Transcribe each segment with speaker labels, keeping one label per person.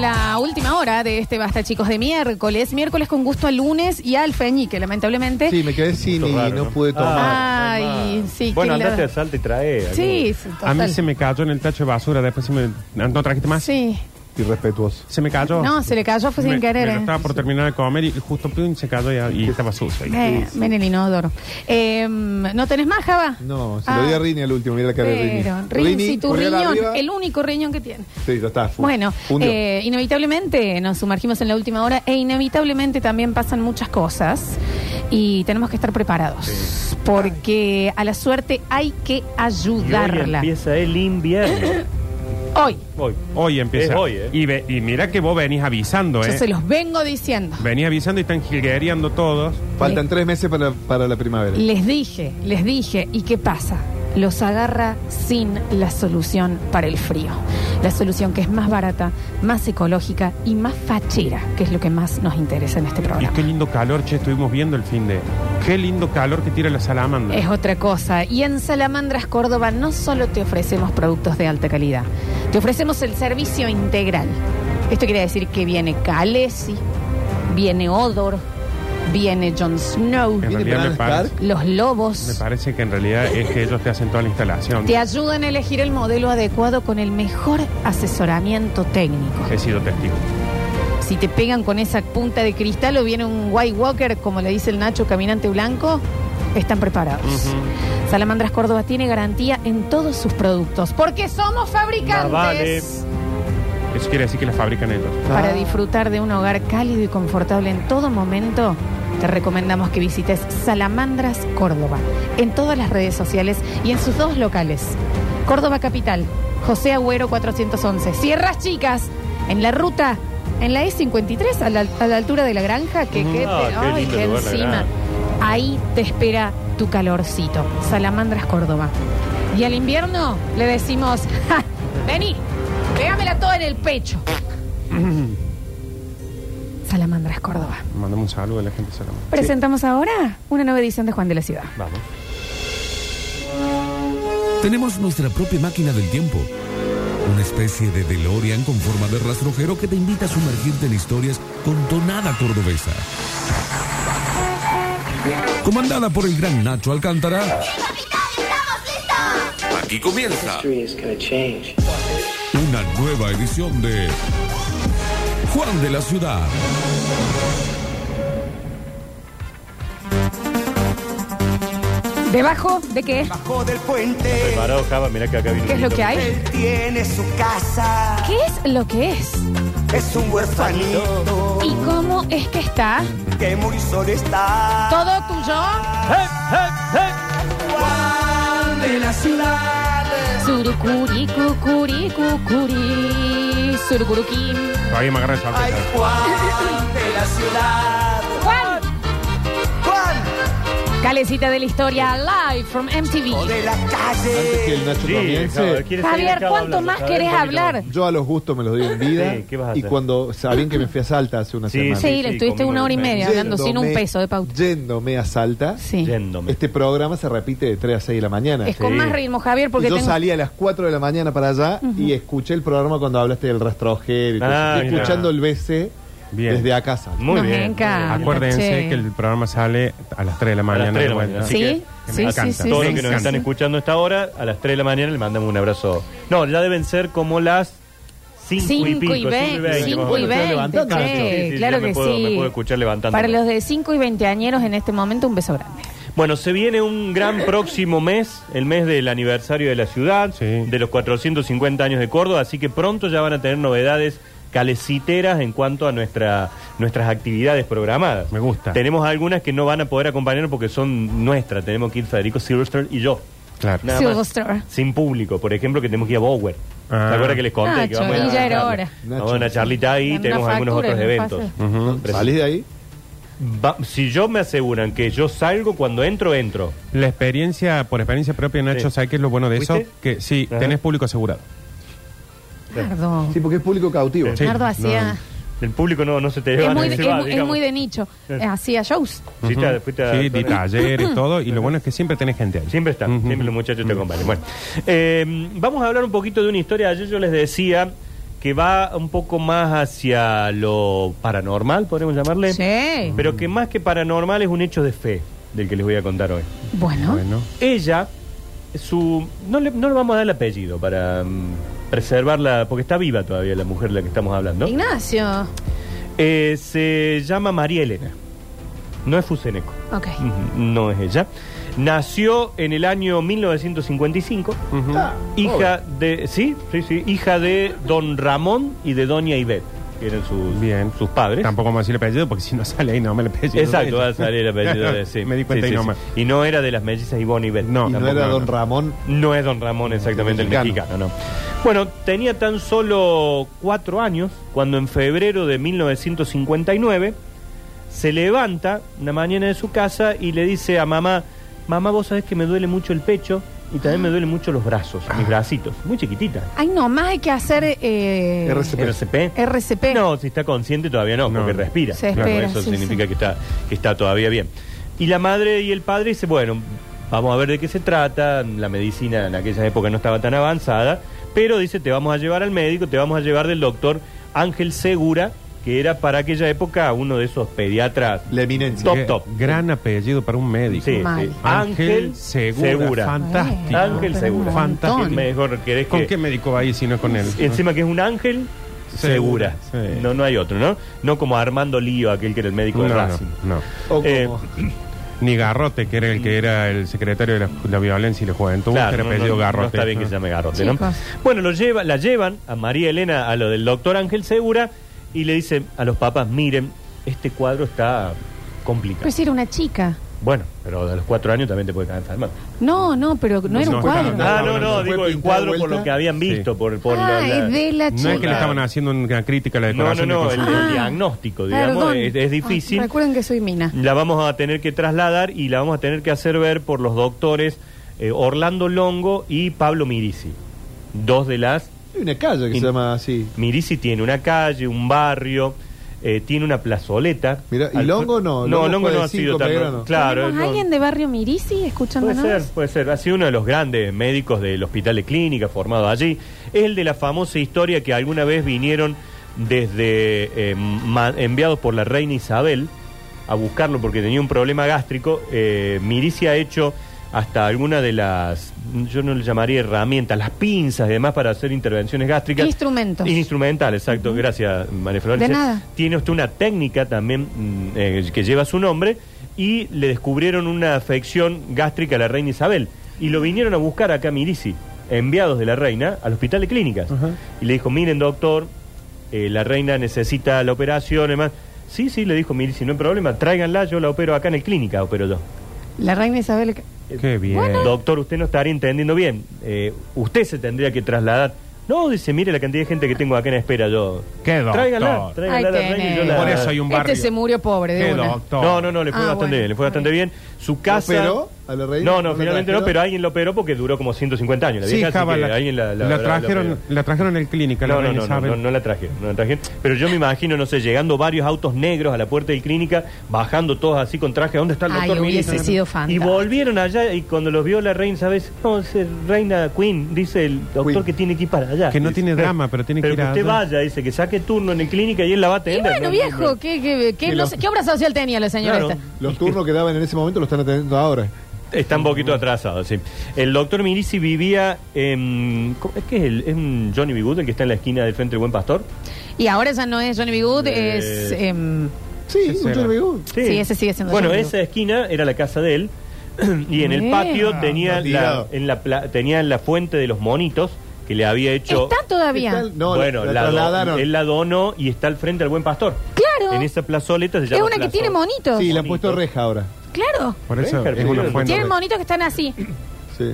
Speaker 1: la última hora de este Basta Chicos de miércoles. Miércoles con gusto al lunes y al feñique, lamentablemente.
Speaker 2: Sí, me quedé sin y
Speaker 3: Mucho raro,
Speaker 2: no
Speaker 3: ¿no?
Speaker 2: pude
Speaker 1: Ah.
Speaker 2: tomar.
Speaker 1: Ay, sí.
Speaker 3: Bueno,
Speaker 1: qué la-
Speaker 3: andate a Salta y trae.
Speaker 1: Sí, sí,
Speaker 4: A mí
Speaker 1: total.
Speaker 4: se me cayó en el tacho de basura, después se me... ¿No trajiste más?
Speaker 1: Sí.
Speaker 2: Irrespetuoso.
Speaker 4: Se me cayó.
Speaker 1: No, se le cayó, fue sin
Speaker 4: Me-
Speaker 1: querer,
Speaker 4: me lo
Speaker 1: eh.
Speaker 4: estaba por terminar de comer y y justo pum, se cayó y, y estaba sucio.
Speaker 1: Eh, ven el inodoro. Eh, ¿No tenés más, Java?
Speaker 2: No, se
Speaker 1: Ah,
Speaker 2: lo di a Rini al último, mira la cara
Speaker 1: Pero,
Speaker 2: de Rini.
Speaker 1: Rini, si tu
Speaker 2: pulgar
Speaker 1: riñón,
Speaker 2: arriba.
Speaker 1: el único riñón que tiene.
Speaker 2: Sí, ya está. fu-
Speaker 1: Bueno,
Speaker 2: hundió.
Speaker 1: eh, inevitablemente nos sumergimos en la última hora e inevitablemente también pasan muchas cosas y tenemos que estar preparados porque a la suerte hay que
Speaker 3: Y hoy
Speaker 1: ayudarla. Hoy.
Speaker 3: empieza el invierno. Oh, Hoy.
Speaker 4: Hoy empieza.
Speaker 3: Es hoy, ¿eh?
Speaker 4: y, ve- y mira que vos venís avisando,
Speaker 1: yo
Speaker 4: ¿eh?
Speaker 1: se los vengo diciendo.
Speaker 4: Venís avisando y están jilguereando todos.
Speaker 2: Faltan tres meses para, para la primavera.
Speaker 1: Les dije, les dije, ¿y qué pasa? Los agarra sin la solución para el frío. La solución que es más barata, más ecológica y más fachera, que es lo que más nos interesa en este
Speaker 4: Y
Speaker 1: programa.
Speaker 4: qué lindo calor, che, estuvimos viendo el fin de... Qué lindo calor que tira la salamandra.
Speaker 1: Es otra cosa. Y en Salamandras Córdoba no solo te ofrecemos productos de alta calidad, te ofrecemos el servicio integral. Esto quiere decir que viene Calesi, viene Odor, viene Jon Snow,
Speaker 4: en
Speaker 2: ¿Viene
Speaker 4: realidad
Speaker 2: Bran
Speaker 4: me parece,
Speaker 2: Stark?
Speaker 1: los
Speaker 4: me
Speaker 1: lobos.
Speaker 4: parece que en realidad es que ellos te hacen toda la instalación.
Speaker 1: Te ayudan a elegir el modelo adecuado con el mejor asesoramiento técnico.
Speaker 4: He sido testigo.
Speaker 1: Si te pegan con esa punta de cristal o viene un White Walker, como le dice el Nacho, caminante blanco, están preparados. Salamandras Córdoba tiene garantía en todos sus productos, porque somos fabricantes
Speaker 3: Navales.
Speaker 4: Eso quiere decir que la fabrican ellos.
Speaker 3: Ah.
Speaker 1: para disfrutar de un hogar cálido y confortable en todo momento. Te recomendamos que visites Salamandras Córdoba en todas las redes sociales y en sus dos locales. Córdoba Capital, José Agüero 411, Sierras Chicas, en la ruta, en la E E53, a la, a la altura de la granja, que, que-
Speaker 3: Ah, qué
Speaker 1: ay,
Speaker 3: lindo
Speaker 1: que
Speaker 3: lugar, la
Speaker 1: encima.
Speaker 3: granja.
Speaker 1: Ahí te espera tu calorcito, Salamandras Córdoba. Y al invierno le decimos, "Ja, vení, pégamela todo en el pecho. Salamandras Córdoba.
Speaker 4: Mandamos un saludo a la gente de Salamandra.
Speaker 1: Presentamos ahora una nueva edición de Juan de la Ciudad.
Speaker 4: Vamos.
Speaker 5: Tenemos nuestra propia máquina del tiempo. Una especie de DeLorean con forma de rastrojero que te invita a sumergirte en historias con tonada cordobesa. Comandada por el gran Nacho Alcántara, aquí comienza
Speaker 6: history is going to change.
Speaker 5: una nueva edición de Juan de la Ciudad.
Speaker 1: ¿Debajo de qué?
Speaker 7: Bajo del puente,
Speaker 3: Preparado, Java, mira que acá viene.
Speaker 1: ¿Qué es
Speaker 3: un
Speaker 1: lo que hay?
Speaker 7: él tiene su casa,
Speaker 1: ¿Qué es lo que es?
Speaker 7: es un huerfanito
Speaker 1: ¿Y cómo es que está?
Speaker 7: que muy solo está.
Speaker 1: ¿Todo tuyo?
Speaker 7: Juan de la ciudad,
Speaker 1: Surucuri, cucuri, cucuri, surucuruquín.
Speaker 4: Todavía me agarra de
Speaker 7: ay
Speaker 4: sorpresa.
Speaker 7: Juan de la ciudad,
Speaker 1: Juan,
Speaker 7: Juan
Speaker 1: calecita de la historia, live from
Speaker 7: o
Speaker 1: MTV.
Speaker 7: de la
Speaker 2: Que
Speaker 7: calle.
Speaker 2: el Nacho
Speaker 3: Sí, Java,
Speaker 2: comience.
Speaker 3: ¿quieres seguir,
Speaker 1: Javier,
Speaker 3: Java,
Speaker 1: ¿cuánto
Speaker 3: hablando?
Speaker 1: más
Speaker 3: A ver,
Speaker 1: querés
Speaker 3: un poquito.
Speaker 1: hablar?
Speaker 2: Yo a los gustos me los di en vida.
Speaker 3: Sí, ¿qué vas a
Speaker 2: y
Speaker 3: hacer?
Speaker 2: cuando sabían que me fui a Salta hace una
Speaker 3: Sí,
Speaker 2: semana.
Speaker 1: Sí, le
Speaker 3: sí,
Speaker 1: estuviste
Speaker 3: conmigo
Speaker 1: una hora y
Speaker 3: no hay
Speaker 1: media
Speaker 3: medio.
Speaker 1: hablando sin un
Speaker 2: Yéndome-
Speaker 1: peso de pauta.
Speaker 2: Yéndome a Salta.
Speaker 1: Sí.
Speaker 3: Yéndome.
Speaker 2: Este programa se repite de 3 a 6 de la mañana.
Speaker 1: Es con
Speaker 3: Sí.
Speaker 1: más ritmo, Javier, porque
Speaker 2: Y yo
Speaker 1: tengo...
Speaker 2: salí a las 4 de la mañana para allá y escuché el programa cuando hablaste del rastrojero. Y todo
Speaker 3: Ah,
Speaker 2: eso. Estoy
Speaker 3: mira.
Speaker 2: escuchando el BC
Speaker 4: Bien.
Speaker 2: desde acá Salta.
Speaker 3: Muy
Speaker 1: Nos
Speaker 3: bien.
Speaker 1: encanta.
Speaker 4: Acuérdense
Speaker 1: Che.
Speaker 4: que el programa sale a las 3 de la mañana.
Speaker 3: tres de la
Speaker 4: vuelta.
Speaker 3: mañana.
Speaker 4: Así que
Speaker 1: Sí,
Speaker 4: me
Speaker 1: sí, sí,
Speaker 4: encanta.
Speaker 1: sí.
Speaker 3: Todos
Speaker 1: sí,
Speaker 3: los que nos
Speaker 1: sí,
Speaker 3: están
Speaker 1: sí.
Speaker 3: escuchando a esta hora, a las 3 de la mañana le mandamos un abrazo. No, ya deben ser como las 5 y pico.
Speaker 1: Cinco y
Speaker 3: cinco
Speaker 1: veinte,
Speaker 3: más o
Speaker 1: cinco y
Speaker 2: Bueno,
Speaker 3: menos.
Speaker 1: veinte,
Speaker 2: estoy levantando,
Speaker 1: che,
Speaker 2: Nacho.
Speaker 3: Sí, sí,
Speaker 1: claro
Speaker 3: yo me
Speaker 1: que
Speaker 3: puedo-
Speaker 1: sí.
Speaker 3: me puedo escuchar levantándome.
Speaker 1: Para los de 5 y 20 añeros en este momento, un beso grande.
Speaker 3: Bueno, se viene un gran próximo mes, el mes del aniversario de la ciudad,
Speaker 4: Sí.
Speaker 3: de los 450 años de Córdoba, así que pronto ya van a tener novedades caleciteras en cuanto a nuestra, nuestras actividades programadas.
Speaker 4: Me gusta.
Speaker 3: Tenemos algunas que no van a poder acompañar porque son nuestras. Tenemos que ir Federico Silverstone y yo.
Speaker 4: Claro.
Speaker 3: Nada más.
Speaker 1: Silverstone.
Speaker 3: Sin público, por ejemplo, que tenemos que ir a Bower.
Speaker 4: Ah.
Speaker 3: ¿Te acuerdas que les conté? que
Speaker 1: Nacho,
Speaker 3: a
Speaker 1: y
Speaker 3: una
Speaker 1: ya era
Speaker 3: charla?
Speaker 1: hora.
Speaker 3: Vamos a una charlita ahí,
Speaker 1: Una
Speaker 3: tenemos algunos
Speaker 1: factura,
Speaker 3: otros
Speaker 1: una
Speaker 3: eventos. Ujú.
Speaker 2: ¿Salís de ahí?
Speaker 3: Va- si yo me aseguran que yo salgo cuando entro, entro.
Speaker 4: La experiencia, por experiencia propia, Nacho,
Speaker 3: Sí.
Speaker 4: ¿sabes qué es lo bueno de eso?
Speaker 3: ¿Fuiste?
Speaker 4: Que sí,
Speaker 3: Ajá.
Speaker 4: tenés público asegurado.
Speaker 1: Nardo.
Speaker 2: Sí, porque es público cautivo.
Speaker 4: Sí.
Speaker 1: Nardo
Speaker 4: no.
Speaker 1: hacía.
Speaker 3: El público no, no se te
Speaker 1: Es
Speaker 3: va,
Speaker 1: muy,
Speaker 3: no
Speaker 1: es,
Speaker 3: se va,
Speaker 1: muy- es
Speaker 3: digamos.
Speaker 1: muy de nicho.
Speaker 3: Sí.
Speaker 1: Eh, Hacía shows.
Speaker 3: Sí, te- fuiste a-
Speaker 4: Sí, de talleres, todo. Y lo bueno es que siempre tenés gente ahí.
Speaker 3: Siempre están,
Speaker 4: Ujú.
Speaker 3: siempre los muchachos te acompañan. Bueno, eh, vamos a hablar un poquito de una historia. Ayer yo les decía que va un poco más hacia lo paranormal, podríamos llamarle.
Speaker 1: Sí.
Speaker 3: Pero que más que paranormal es un hecho de fe, del que les voy a contar hoy.
Speaker 1: Bueno,
Speaker 4: Bueno.
Speaker 3: Ella, su. No le, no le vamos a dar el apellido para mm, preservarla, porque está viva todavía la mujer de la que estamos hablando.
Speaker 1: Ignacio.
Speaker 3: Eh, se llama María Elena. No es Fuseneco.
Speaker 1: Ok.
Speaker 3: Ujú, No es ella. Nació en el año 1955,
Speaker 4: Ujú.
Speaker 2: Ah,
Speaker 3: hija de. Sí, sí, sí. Hija de don Ramón y de doña Ivette, que eran sus,
Speaker 4: Bien.
Speaker 3: sus padres.
Speaker 4: Tampoco vamos a decir el apellido porque si no sale ahí no me el apellido.
Speaker 3: Exacto, va a salir el apellido de. Sí,
Speaker 4: Me di cuenta
Speaker 3: Sí,
Speaker 4: y
Speaker 3: sí,
Speaker 4: no
Speaker 3: sí.
Speaker 4: más.
Speaker 3: Y no era de las mellizas Ivonne y Ivette.
Speaker 4: No.
Speaker 2: y no
Speaker 4: tampoco,
Speaker 2: era
Speaker 4: no,
Speaker 2: Don
Speaker 4: no.
Speaker 2: Ramón.
Speaker 3: No es don Ramón exactamente el mexicano.
Speaker 2: Mexicano.
Speaker 3: no. Bueno, tenía tan solo cuatro años cuando en febrero de 1959 se levanta una mañana de su casa y le dice a mamá, mamá, vos sabés que me duele mucho el pecho y también me duelen mucho los brazos, mis bracitos, muy chiquitita.
Speaker 1: Ay, no, más hay que hacer eh,
Speaker 2: RCP.
Speaker 3: RCP.
Speaker 1: RCP.
Speaker 3: No, si está consciente todavía no,
Speaker 4: No.
Speaker 3: porque respira.
Speaker 1: Se espera,
Speaker 3: Claro, eso
Speaker 1: sí,
Speaker 3: significa
Speaker 1: sí.
Speaker 3: Que, está, que está todavía bien. Y la madre y el padre dicen, bueno, vamos a ver de qué se trata. La medicina en aquella época no estaba tan avanzada, pero dice, te vamos a llevar al médico, te vamos a llevar del doctor Ángel Segura, que era para aquella época uno de esos pediatras.
Speaker 2: La eminencia.
Speaker 3: Top,
Speaker 4: Gra-
Speaker 3: top.
Speaker 4: Gran apellido para un médico.
Speaker 3: Sí, sí.
Speaker 1: Mal.
Speaker 3: Ángel Segura.
Speaker 4: Fantástico.
Speaker 3: Ángel
Speaker 1: pero un
Speaker 3: Segura.
Speaker 1: montón.
Speaker 4: Fantástico.
Speaker 3: Mejor querés
Speaker 4: ¿Con
Speaker 3: que-
Speaker 4: qué médico va ahí si no con él?
Speaker 3: Encima que es un ángel, segura.
Speaker 4: Segura, sí.
Speaker 3: No, no hay otro, ¿no? No como Armando Lío, aquel que era el médico
Speaker 4: no,
Speaker 3: de
Speaker 4: no,
Speaker 3: Racing.
Speaker 4: no.
Speaker 2: O como-
Speaker 3: Eh,
Speaker 4: Ni Garrote, que era el que era el secretario de la, la violencia y la juventud.
Speaker 3: Mm. Claro,
Speaker 4: era
Speaker 3: no,
Speaker 4: apellido
Speaker 3: no, no
Speaker 4: Garrote.
Speaker 3: está bien que se llame Garrote, ¿no?
Speaker 1: Chicos.
Speaker 3: Bueno, lo lleva, la llevan a María Elena, a lo del doctor Ángel Segura, y le dicen a los papás, miren, este cuadro está complicado.
Speaker 1: Pues era una chica.
Speaker 3: Bueno, pero a los cuatro años también te puede caer enferma.
Speaker 1: No, no, pero no,
Speaker 4: No,
Speaker 1: era un
Speaker 4: no,
Speaker 1: cuadro.
Speaker 4: no,
Speaker 3: Ah, no, no,
Speaker 2: no,
Speaker 3: digo
Speaker 2: fue
Speaker 3: el
Speaker 2: pintada
Speaker 3: cuadro por
Speaker 2: vuelta.
Speaker 3: lo que habían
Speaker 4: Sí.
Speaker 3: visto, por, por
Speaker 1: Ah,
Speaker 3: la- la-
Speaker 1: es de la chica. Ah.
Speaker 4: No es que le estaban haciendo una crítica a
Speaker 3: No,
Speaker 4: la
Speaker 3: no,
Speaker 4: declaración
Speaker 3: no,
Speaker 4: de
Speaker 3: el,
Speaker 4: Constitución.
Speaker 3: el diagnóstico, digamos,
Speaker 1: Perdón.
Speaker 3: es, es difícil.
Speaker 1: Ah, recuerden que soy mina.
Speaker 3: La vamos a tener que trasladar y la vamos a tener que hacer ver por los doctores eh, Orlando Longo y Pablo Mirisi. Dos de las.
Speaker 2: Hay una calle que
Speaker 3: In-
Speaker 2: se llama así.
Speaker 3: Mirisi tiene una calle, un barrio, eh, tiene una plazoleta.
Speaker 2: Mira, ¿y
Speaker 3: Al-
Speaker 2: Longo no?
Speaker 3: No,
Speaker 2: Longo
Speaker 3: Longo
Speaker 2: fue
Speaker 3: no
Speaker 2: de
Speaker 3: ha sido
Speaker 2: cinco
Speaker 3: tan.
Speaker 2: Belgrano.
Speaker 3: Claro,
Speaker 1: ¿Tenemos
Speaker 3: no.
Speaker 1: alguien de Barrio Mirisi
Speaker 3: Puede
Speaker 1: escuchándonos?
Speaker 3: ser, puede ser. Ha sido uno de los grandes médicos del Hospital de Clínica formado allí. Es el de la famosa historia que alguna vez vinieron desde eh, ma- enviados por la reina Isabel a buscarlo porque tenía un problema gástrico. Eh, Mirici ha hecho hasta alguna de las, yo no le llamaría herramientas, las pinzas y demás para hacer intervenciones gástricas.
Speaker 1: Instrumentos.
Speaker 3: Instrumental, exacto. Gracias, María Florencia.
Speaker 1: De nada.
Speaker 3: Tiene usted una técnica también mm, eh, que lleva su nombre y le descubrieron una afección gástrica a la reina Isabel. Y lo vinieron a buscar acá a Mirisi, enviados de la reina, al hospital de clínicas.
Speaker 4: Ajá.
Speaker 3: Y le dijo, miren doctor, eh, la reina necesita la operación, además. Sí, sí, le dijo Mirisi, no hay problema, tráiganla, yo la opero acá en el clínica, opero yo.
Speaker 1: La reina Isabel.
Speaker 4: Qué bien.
Speaker 3: Doctor, usted no estaría entendiendo bien. Eh, usted se tendría que trasladar. No, dice, mire la cantidad de gente que tengo acá en espera yo.
Speaker 4: ¿Qué doctor?
Speaker 3: Tráigala, tráigala a la
Speaker 1: Ay, qué
Speaker 3: reina y yo la-
Speaker 1: nene.
Speaker 4: Por eso hay un barrio.
Speaker 1: Este se murió pobre de
Speaker 4: Qué
Speaker 1: una.
Speaker 4: doctor.
Speaker 3: No, no, no, le fue
Speaker 1: Ah,
Speaker 3: bastante
Speaker 1: bueno.
Speaker 3: bien, le fue bastante bien. Su casa...
Speaker 2: ¿Operó a la reina?
Speaker 3: No, no,
Speaker 2: ¿No la
Speaker 3: finalmente no,
Speaker 2: trajeron?
Speaker 3: pero alguien lo operó porque duró como 150 años. La
Speaker 4: Sí,
Speaker 3: vieja, así
Speaker 4: Java,
Speaker 3: que
Speaker 4: la,
Speaker 3: alguien la, la- la- la
Speaker 4: trajeron, la,
Speaker 3: operó.
Speaker 4: trajeron en el clínica, la
Speaker 3: No, no, no,
Speaker 4: reina
Speaker 3: no,
Speaker 4: Isabel.
Speaker 3: no, no la trajeron, no la trajeron. Pero yo me imagino, no sé, llegando varios autos negros a la puerta del clínica, bajando todos así con traje. ¿Dónde está el
Speaker 1: Ay,
Speaker 3: doctor
Speaker 1: hubiese
Speaker 3: Milito?
Speaker 1: sido
Speaker 3: Y
Speaker 1: fantástico.
Speaker 3: volvieron allá y cuando los vio la reina, ¿sabes? No, es el reina Queen, dice el doctor
Speaker 2: Queen.
Speaker 3: que tiene que ir para allá.
Speaker 4: Que no
Speaker 3: Dice,
Speaker 4: tiene
Speaker 3: "Pero-
Speaker 4: drama, pero tiene que ir
Speaker 3: Pero usted
Speaker 4: allá".
Speaker 3: vaya, dice, que saque turno en el clínica y él la va a
Speaker 1: Y
Speaker 3: atender.
Speaker 1: bueno,
Speaker 3: No, no,
Speaker 1: viejo,
Speaker 3: no.
Speaker 1: ¿qué, qué, qué,
Speaker 2: Que
Speaker 1: no
Speaker 2: lo-
Speaker 1: sé, qué obra social tenía la señora
Speaker 3: Claro.
Speaker 1: esta?
Speaker 2: Los turnos que daban en ese momento lo están atendiendo ahora.
Speaker 3: Está un poquito atrasado, sí. El doctor Mirisi vivía en... ¿cómo- ¿Es que es, el, es un Johnny Bigood el que está en la esquina del frente del Buen Pastor?
Speaker 1: Y ahora ya no es Johnny B. Good,
Speaker 3: Eh,
Speaker 1: es. em,
Speaker 2: Sí,
Speaker 4: Sí,
Speaker 2: un
Speaker 4: será.
Speaker 2: Jeremy Good.
Speaker 1: Sí, ese sigue siendo
Speaker 3: Bueno,
Speaker 1: Johnny
Speaker 3: esa esquina era la casa de él y en el
Speaker 1: Eh.
Speaker 3: patio
Speaker 2: Ah,
Speaker 3: tenía,
Speaker 2: no
Speaker 3: la,
Speaker 2: tirado.
Speaker 3: en la pla- tenía la fuente de los monitos que le había hecho...
Speaker 1: está todavía.
Speaker 2: ¿Qué tal? No,
Speaker 3: bueno,
Speaker 2: la,
Speaker 3: la do-
Speaker 2: trasladaron.
Speaker 3: él la donó y está al frente del Buen Pastor.
Speaker 1: Claro.
Speaker 3: En esa plazoleta se
Speaker 1: Es
Speaker 3: llama
Speaker 1: una que
Speaker 3: plazo-
Speaker 1: tiene monitos.
Speaker 2: Sí, le han
Speaker 3: Bonito.
Speaker 2: puesto reja ahora.
Speaker 1: Claro.
Speaker 4: Por eso
Speaker 3: Renger,
Speaker 4: es una
Speaker 3: sí,
Speaker 4: fuente.
Speaker 1: Tienen
Speaker 2: re-
Speaker 1: monitos que están así.
Speaker 2: Sí.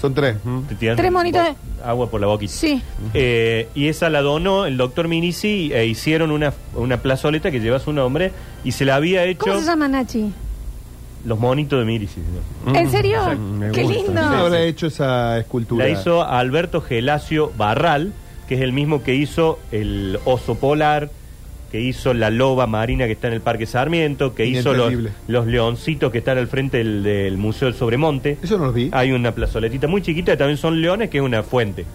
Speaker 2: Son tres.
Speaker 3: Te tiran
Speaker 1: Tres monitos
Speaker 3: bo-
Speaker 1: de-
Speaker 3: Agua por la boquita.
Speaker 1: Sí.
Speaker 3: Eh, y esa la donó el doctor Minisi e hicieron una, una plazoleta que lleva su nombre y se la había hecho
Speaker 1: ¿Cómo se llama Nachi?
Speaker 3: los monitos de Minisi. ¿no?
Speaker 4: Mm,
Speaker 1: ¿En serio?
Speaker 4: exacto, me
Speaker 1: Qué
Speaker 4: gusta.
Speaker 2: ¿Quién
Speaker 1: lindo.
Speaker 2: habrá hecho esa escultura?
Speaker 3: La hizo Alberto Gelacio Barral, que es el mismo que hizo el oso polar, que hizo la loba marina que está en el Parque Sarmiento, que hizo los,
Speaker 2: Inentendible.
Speaker 3: los leoncitos que están al frente del, del Museo del Sobremonte.
Speaker 2: Eso no lo vi.
Speaker 3: Hay una plazoletita muy chiquita, también son leones, que es una fuente.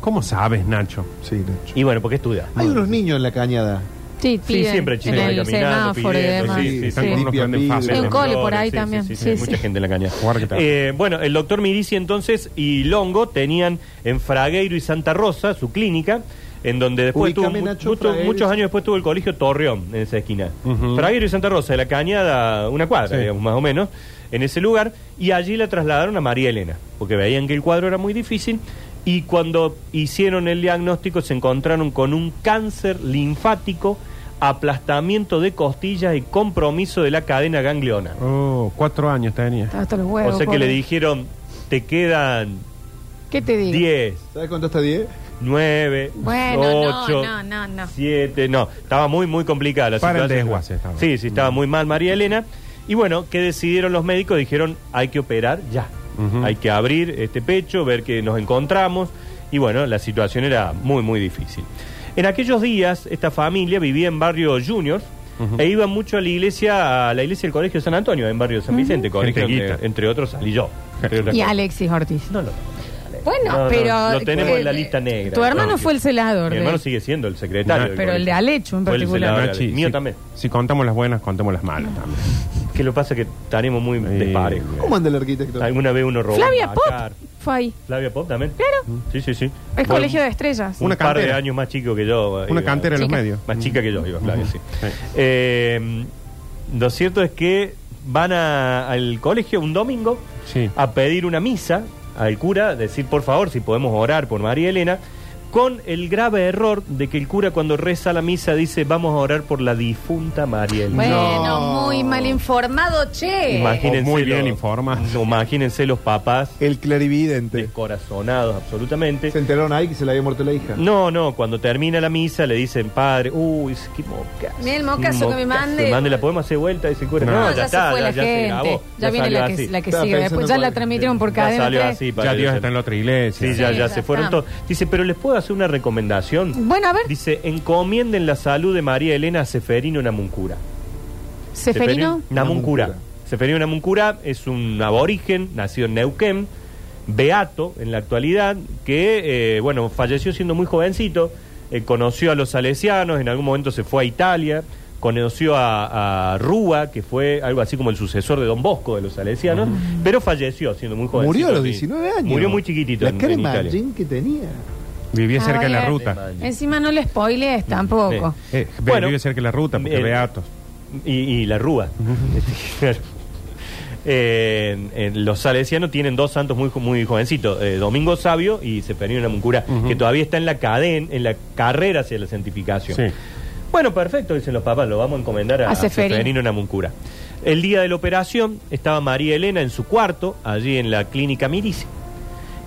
Speaker 4: ¿Cómo sabes, Nacho?
Speaker 2: Sí, Nacho.
Speaker 3: Y bueno, porque estudia.
Speaker 2: Hay unos niños en la cañada.
Speaker 6: Sí,
Speaker 3: Sí,
Speaker 6: piden
Speaker 3: siempre
Speaker 6: en
Speaker 3: chinos ahí
Speaker 6: el
Speaker 3: caminando,
Speaker 6: semáforo y
Speaker 3: pidiendo,
Speaker 6: demás.
Speaker 3: sí, sí,
Speaker 4: Están
Speaker 6: Sí.
Speaker 4: con unos que venden
Speaker 2: Hay un
Speaker 4: fáceles.
Speaker 6: cole por ahí
Speaker 3: Sí,
Speaker 6: también.
Speaker 3: sí, sí,
Speaker 6: Sí,
Speaker 3: hay
Speaker 6: sí.
Speaker 3: Mucha gente en la caña.
Speaker 4: Jugar que tal.
Speaker 3: Eh, bueno, el doctor Mirici entonces y Longo tenían en Fragueiro y Santa Rosa su clínica, en donde después tuvo
Speaker 2: Ubícame,
Speaker 3: mu-
Speaker 2: Nacho,
Speaker 3: mucho-
Speaker 2: Fragueiro y
Speaker 3: muchos
Speaker 2: San-
Speaker 3: años después tuvo el colegio Torreón en esa esquina.
Speaker 4: Ujú.
Speaker 3: Fragueiro y Santa Rosa, de la cañada, una cuadra,
Speaker 4: Sí.
Speaker 3: digamos, más o menos, en ese lugar, y allí la trasladaron a María Elena, porque veían que el cuadro era muy difícil. Y cuando hicieron el diagnóstico se encontraron con un cáncer linfático, aplastamiento de costillas y compromiso de la cadena gangliona.
Speaker 4: Oh, cuatro años tenía.
Speaker 6: Está hasta los huevos,
Speaker 3: o sea que
Speaker 6: pobre.
Speaker 3: le dijeron, te quedan
Speaker 6: ¿Qué te digo?
Speaker 3: 10,
Speaker 2: ¿Sabes cuánto está 10?
Speaker 3: 9,
Speaker 6: Bueno, no,
Speaker 3: 8,
Speaker 6: no, no, no.
Speaker 3: 7. No, estaba muy, muy complicada la
Speaker 4: Para el
Speaker 3: situación.
Speaker 4: desguace estaba. Mm.
Speaker 3: Sí, sí, estaba muy mal María Elena. Y bueno, ¿qué decidieron los médicos? Dijeron, hay que operar ya.
Speaker 4: Ujú.
Speaker 3: Hay que abrir este pecho, ver que nos encontramos. Y bueno, la situación era muy, muy difícil. En aquellos días, esta familia vivía en barrio Juniors. E iba mucho a la iglesia, a la iglesia del Colegio San Antonio, en barrio San Vicente, colegio
Speaker 4: Gente
Speaker 3: entre,
Speaker 4: guita.
Speaker 3: entre otros salí yo. entre otras
Speaker 6: Y
Speaker 3: cosas.
Speaker 6: Alexis Ortiz.
Speaker 3: No lo
Speaker 6: Bueno,
Speaker 3: No, no,
Speaker 6: pero.
Speaker 3: lo tenemos
Speaker 6: eh,
Speaker 3: en la lista negra.
Speaker 6: Tu hermano
Speaker 3: No,
Speaker 6: fue el celador.
Speaker 3: Mi
Speaker 6: de-
Speaker 3: hermano sigue siendo el secretario. del
Speaker 6: Pero el
Speaker 3: colegio.
Speaker 6: de Alechu en
Speaker 3: Fue el
Speaker 6: particular.
Speaker 3: celador,
Speaker 4: Nachi,
Speaker 3: el mío
Speaker 4: si-
Speaker 3: también.
Speaker 4: Si contamos las buenas, contemos las malas también.
Speaker 3: Que lo pasa que estaremos muy desparejos.
Speaker 4: bien.
Speaker 2: ¿Cómo anda el arquitecto?
Speaker 3: Alguna vez uno robó.
Speaker 6: Flavia
Speaker 3: un
Speaker 6: Pop
Speaker 3: macar.
Speaker 6: fue ahí.
Speaker 3: Flavia Pop también.
Speaker 6: Claro.
Speaker 3: Sí, sí, sí.
Speaker 6: Es
Speaker 3: Fue
Speaker 6: colegio de
Speaker 3: un-
Speaker 6: estrellas.
Speaker 3: Un
Speaker 4: Una
Speaker 3: par de
Speaker 4: cantera.
Speaker 3: años más chico que yo. eh,
Speaker 4: Una
Speaker 3: iba-
Speaker 4: cantera en los
Speaker 6: Chica.
Speaker 4: medios.
Speaker 3: Más chica que yo, iba, Flavia, sí.
Speaker 4: Sí.
Speaker 3: Eh, lo cierto es que van a- al colegio un domingo
Speaker 4: Sí.
Speaker 3: a pedir una misa al cura, decir por favor si podemos orar por María Elena, con el grave error de que el cura cuando reza la misa dice vamos a orar por la difunta María Elena.
Speaker 6: Bueno,
Speaker 2: No.
Speaker 6: muy mal informado, che.
Speaker 3: Imagínense
Speaker 4: O muy bien
Speaker 3: los-
Speaker 4: informado.
Speaker 3: no, imagínense los papás
Speaker 2: El clarividente.
Speaker 3: descorazonados absolutamente.
Speaker 2: Se enteraron ahí que se le había muerto la hija.
Speaker 3: No, no, cuando termina la misa le dicen, padre, uy, es que mocazo.
Speaker 6: Mira el mocazo que me mande.
Speaker 3: Mande la podemos hacer vuelta, dice el cura.
Speaker 6: No,
Speaker 3: No, ya,
Speaker 6: ya, se
Speaker 3: está,
Speaker 6: fue
Speaker 3: ya,
Speaker 6: la
Speaker 3: ya se
Speaker 6: gente.
Speaker 3: grabó.
Speaker 6: ya viene la
Speaker 3: salió
Speaker 6: que,
Speaker 3: así.
Speaker 6: la que
Speaker 2: Estaba
Speaker 6: sigue
Speaker 2: pensando
Speaker 6: después. Ya
Speaker 2: en
Speaker 6: la
Speaker 2: cuál.
Speaker 6: transmitieron por
Speaker 3: Ya
Speaker 6: cadena.
Speaker 3: salió
Speaker 6: tres.
Speaker 3: así,
Speaker 4: Ya
Speaker 3: padre,
Speaker 4: Dios
Speaker 3: ya
Speaker 4: está
Speaker 3: se-
Speaker 4: en la otra iglesia.
Speaker 3: Sí, ya,
Speaker 6: Sí,
Speaker 3: ya
Speaker 6: ya
Speaker 3: se fueron
Speaker 6: está.
Speaker 3: todos. Dice, pero les puedo hacer una recomendación.
Speaker 6: Bueno, a ver,
Speaker 3: Dice, encomienden la salud de María Elena a Seferino Namuncura.
Speaker 6: Seferino.
Speaker 3: Namuncura.
Speaker 2: Namuncura.
Speaker 3: Seferino Namuncura es un aborigen, nacido en Neuquén, beato en la actualidad, que, eh, bueno, falleció siendo muy jovencito, eh, conoció a los salesianos, en algún momento se fue a Italia, conoció a, a Rúa, que fue algo así como el sucesor de Don Bosco de los salesianos, pero falleció siendo muy jovencito.
Speaker 2: Murió a los
Speaker 3: sí.
Speaker 2: 19 años.
Speaker 3: Murió muy chiquitito
Speaker 2: La
Speaker 3: en,
Speaker 2: cara
Speaker 3: en
Speaker 2: de
Speaker 3: Italia.
Speaker 2: Magín que tenía.
Speaker 4: Vivía
Speaker 6: Ah,
Speaker 4: cerca de la
Speaker 6: vaya.
Speaker 4: ruta.
Speaker 6: Encima no le spoilees tampoco.
Speaker 3: Sí.
Speaker 4: Eh,
Speaker 3: Bueno.
Speaker 4: vive cerca de la ruta porque
Speaker 3: Eh,
Speaker 4: beatos.
Speaker 3: Y, y la Rúa. Este, Claro. Eh, eh, los salesianos tienen dos santos muy, jo- muy jovencitos, eh, Domingo Sabio y Seferino Namuncura,
Speaker 4: Ujú.
Speaker 3: que todavía está en la cadena, en la carrera hacia la santificación.
Speaker 4: Sí.
Speaker 3: Bueno, perfecto, dicen los papás, lo vamos a encomendar a,
Speaker 6: A
Speaker 3: a
Speaker 6: Seferino.
Speaker 3: Seferino Namuncura. El día de la operación estaba María Elena en su cuarto, allí en la clínica Mirici.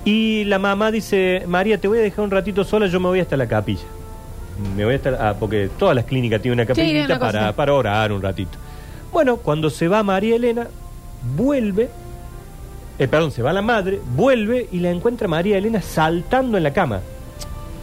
Speaker 3: Y la mamá dice, María, te voy a dejar un ratito sola, yo me voy hasta la capilla. Me voy hasta la- ah, porque todas las clínicas tienen una capillita
Speaker 6: una
Speaker 3: para,
Speaker 6: cosita.
Speaker 3: para orar un ratito. Bueno, cuando se va María Elena, vuelve, eh, perdón, se va la madre, vuelve y la encuentra María Elena saltando en la cama.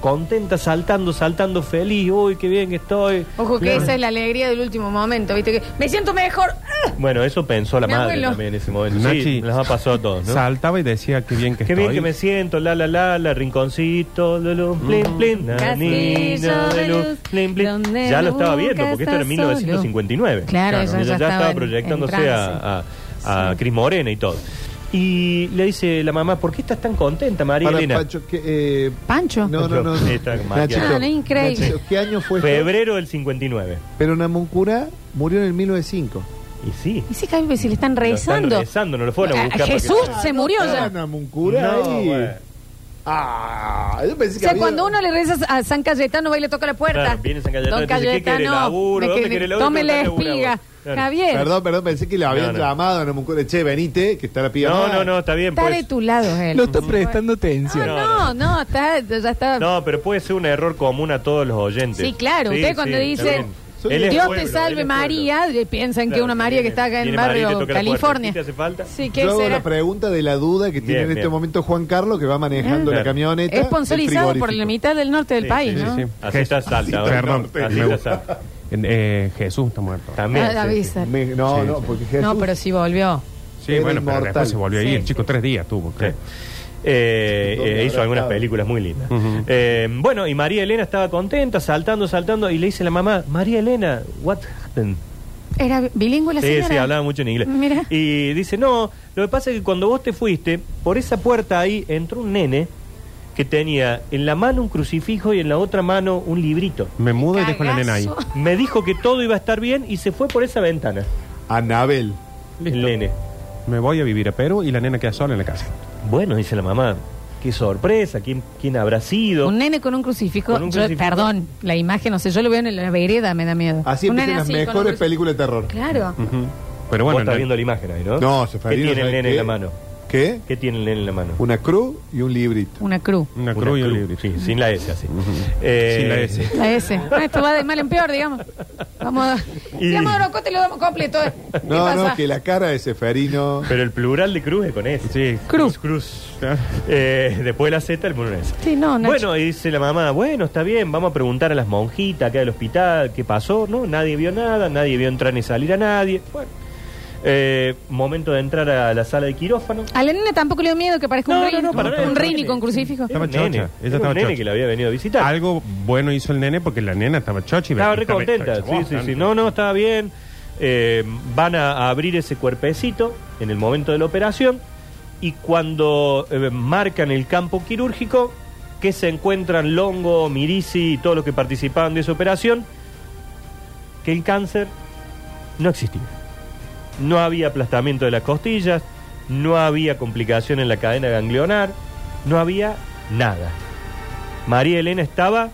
Speaker 3: Contenta, saltando, saltando, feliz, uy, qué bien que estoy.
Speaker 6: Ojo que esa es la alegría del último momento, ¿viste? Que me siento mejor. ¡Ah!
Speaker 3: Bueno, eso pensó la
Speaker 6: Mi
Speaker 3: madre
Speaker 6: abuelo.
Speaker 3: también en ese momento. sí,
Speaker 4: Nachi,
Speaker 3: las ha pasado a todos, ¿no?
Speaker 4: Saltaba y decía qué bien que
Speaker 3: Qué
Speaker 4: estoy.
Speaker 3: bien que me siento, la la la, la rinconcito, lo, lo, plin,
Speaker 4: Mm.
Speaker 3: plin, na,
Speaker 6: Castillo
Speaker 3: ni, na,
Speaker 6: de
Speaker 3: de luz,
Speaker 6: luz,
Speaker 3: plin, plin.
Speaker 6: donde
Speaker 3: Ya lo estaba
Speaker 6: nunca
Speaker 3: viendo, porque esto era en
Speaker 6: estás solo.
Speaker 3: 1959.
Speaker 6: Claro, eso
Speaker 3: Ella
Speaker 6: ya
Speaker 3: ya
Speaker 6: estaba
Speaker 3: estaba,
Speaker 6: en- en
Speaker 3: proyectándose
Speaker 6: trance.
Speaker 3: a, a, a Cris Morena y todo. Y le dice la mamá, ¿por qué estás tan contenta, María
Speaker 2: Para
Speaker 3: Elena?
Speaker 2: Pacho, que, eh,
Speaker 6: Pancho.
Speaker 2: No, no, no. no.
Speaker 3: Sí, está
Speaker 2: Nachito,
Speaker 6: Ah, no, es increíble.
Speaker 2: Nachito, ¿Qué año fue? esto?
Speaker 3: Febrero del 59.
Speaker 2: Pero Namuncura murió en el 1905.
Speaker 3: Y sí.
Speaker 6: Y si Javi, pues si le están
Speaker 3: lo están
Speaker 6: revisando.
Speaker 3: revisando, no lo fueron a buscar. para que
Speaker 6: Ah, Jesús
Speaker 3: sea.
Speaker 6: se murió ya.
Speaker 2: Ah, Namuncura
Speaker 3: No,
Speaker 2: ahí.
Speaker 3: bueno.
Speaker 2: Ah, yo pensé
Speaker 6: O
Speaker 2: que
Speaker 6: sea,
Speaker 2: había-
Speaker 6: cuando uno le reza a San Cayetano, va y le toca la puerta.
Speaker 3: Claro, viene San Cayetano,
Speaker 6: Don
Speaker 3: entonces, ¿qué
Speaker 6: Cayetano,
Speaker 3: quiere? Laburo,
Speaker 6: me
Speaker 3: ¿dónde
Speaker 6: quedé-
Speaker 3: quiere laburo?
Speaker 6: Tome la
Speaker 3: ¿Dónde labura
Speaker 6: espiga.
Speaker 3: vos? Claro.
Speaker 6: Javier,
Speaker 2: Perdón, perdón, pensé que le habían
Speaker 3: No, no.
Speaker 2: llamado a Namuncura. Che, venite, que está la piba.
Speaker 3: No,
Speaker 2: mal.
Speaker 3: no, no, está bien.
Speaker 6: está
Speaker 3: pues.
Speaker 6: de tu lado él.
Speaker 8: No está prestando
Speaker 6: No,
Speaker 8: atención.
Speaker 6: no, no, está, ya está.
Speaker 3: No, pero puede ser un error común a todos los oyentes.
Speaker 6: Sí, claro, usted cuando
Speaker 3: está
Speaker 6: dice,
Speaker 3: bien.
Speaker 2: Soy
Speaker 3: Él es
Speaker 6: Dios
Speaker 3: pueblo,
Speaker 6: te
Speaker 3: él
Speaker 6: salve
Speaker 3: es
Speaker 6: María, eh, piensan
Speaker 3: pueblo.
Speaker 6: que una
Speaker 3: Claro,
Speaker 6: María que
Speaker 3: viene-
Speaker 6: está acá en
Speaker 3: viene María y te toca
Speaker 6: barrio
Speaker 3: la puerta.
Speaker 6: California.
Speaker 3: ¿Sí te hace falta?
Speaker 6: Sí, ¿qué
Speaker 2: Yo hago
Speaker 6: será?
Speaker 2: la pregunta de la duda que tiene
Speaker 3: Bien,
Speaker 2: en este
Speaker 3: bien.
Speaker 2: momento Juan Carlos, que va manejando
Speaker 3: Ah.
Speaker 2: la camioneta.
Speaker 6: Es sponsorizado
Speaker 2: del
Speaker 6: por la mitad del norte del
Speaker 3: Sí,
Speaker 6: país,
Speaker 3: sí,
Speaker 6: ¿no?
Speaker 4: sí,
Speaker 3: Así está Salta. ¿verdad?
Speaker 4: Perdón,
Speaker 3: así
Speaker 4: me
Speaker 3: está
Speaker 4: gusta.
Speaker 3: Salta.
Speaker 4: Eh, Jesús está muerto.
Speaker 3: También.
Speaker 6: Ah,
Speaker 3: sí, sí.
Speaker 6: avisa.
Speaker 2: frigorífico. Me- no,
Speaker 4: Sí,
Speaker 2: no,
Speaker 4: sí.
Speaker 2: porque Jesús.
Speaker 6: No, pero sí volvió.
Speaker 4: Sí,
Speaker 2: Era
Speaker 4: bueno, pero
Speaker 2: inmortal.
Speaker 4: después se volvió a ir.
Speaker 1: Sí.
Speaker 4: Chico, tres días tuvo, creo.
Speaker 3: Eh,
Speaker 2: ¿Dónde
Speaker 3: eh, hizo
Speaker 2: habrá
Speaker 3: algunas
Speaker 2: estado?
Speaker 3: películas muy lindas.
Speaker 4: Ujú.
Speaker 3: Eh, bueno, y María Elena estaba contenta, saltando, saltando, y le dice la mamá, María Elena, what happened?
Speaker 1: ¿Era bilingüe la
Speaker 3: Sí,
Speaker 1: señora?
Speaker 3: sí, hablaba mucho en inglés.
Speaker 1: Mira.
Speaker 3: Y dice, no, lo que pasa es que cuando vos te fuiste, por esa puerta ahí entró un nene que tenía en la mano un crucifijo y en la otra mano un librito.
Speaker 4: Me mudo y dejo a la nena ahí.
Speaker 6: Cagazo.
Speaker 3: Me dijo que todo iba a estar bien y se fue por esa ventana.
Speaker 2: Anabel.
Speaker 3: El nene.
Speaker 4: Me voy a vivir a Perú y la nena queda sola en la casa.
Speaker 3: Bueno, dice la mamá, qué sorpresa, ¿quién, quién habrá sido?
Speaker 1: Un nene con un crucifijo.
Speaker 3: Con un
Speaker 1: yo-
Speaker 3: crucifijo.
Speaker 1: perdón, la imagen, no sé, yo lo veo en la vereda, me da miedo.
Speaker 2: Así
Speaker 1: Un
Speaker 2: empiezan
Speaker 1: nene
Speaker 2: las
Speaker 1: así, con un
Speaker 2: mejores
Speaker 1: cruci-
Speaker 2: películas de terror.
Speaker 1: Claro.
Speaker 4: Ujú. Pero
Speaker 3: Vos
Speaker 4: bueno,
Speaker 3: estás
Speaker 4: la-
Speaker 3: viendo la imagen ahí, ¿no?
Speaker 2: No,
Speaker 3: ¿Qué
Speaker 2: Seferino,
Speaker 3: tiene el
Speaker 2: ¿sabes
Speaker 3: nene en
Speaker 2: qué?
Speaker 3: la mano?
Speaker 2: ¿Qué?
Speaker 3: ¿Qué tiene el nene en la mano?
Speaker 2: Una cruz y un librito.
Speaker 1: Una cruz.
Speaker 4: una cruz y un librito.
Speaker 3: Sí, sin la S así. Eh,
Speaker 4: Sin la S.
Speaker 1: La S. Ah, esto va de mal en peor, digamos. Vamos a.
Speaker 3: Y-
Speaker 1: Digamos, Orocote, lo damos completo. eh. ¿Qué
Speaker 2: No,
Speaker 1: pasa?
Speaker 2: no, que la cara de Seferino.
Speaker 3: Pero el plural de cruz es con S.
Speaker 4: Sí.
Speaker 1: Cruz. Ah.
Speaker 3: Cruz. Eh, después la Z, el con una S.
Speaker 1: Sí, no, Nacho.
Speaker 3: Bueno, y dice la mamá, bueno, está bien, vamos a preguntar a las monjitas acá del hospital qué pasó. No, nadie vio nada, nadie vio entrar ni salir a nadie. Bueno, eh, momento de entrar a la sala de quirófano.
Speaker 1: A la nena tampoco le dio miedo que parezca
Speaker 3: No,
Speaker 1: un
Speaker 3: no,
Speaker 1: rini,
Speaker 3: no, para nada.
Speaker 1: un rini con crucifijo.
Speaker 3: Era un
Speaker 4: Estaba
Speaker 3: nene,
Speaker 4: chocha. Ella
Speaker 3: era
Speaker 4: estaba
Speaker 3: un nene
Speaker 4: chocha.
Speaker 3: que la había venido a visitar.
Speaker 4: Algo bueno hizo el nene porque la nena estaba chochi.
Speaker 3: Estaba re contenta, sí, sí, sí. No, no, estaba bien. Eh, van a abrir ese cuerpecito en el momento de la operación y cuando eh, marcan el campo quirúrgico, que se encuentran Longo, Mirisi y todos los que participaban de esa operación, que el cáncer no existía. No había aplastamiento de las costillas, no había complicación en la cadena ganglionar, no había nada. María Elena estaba,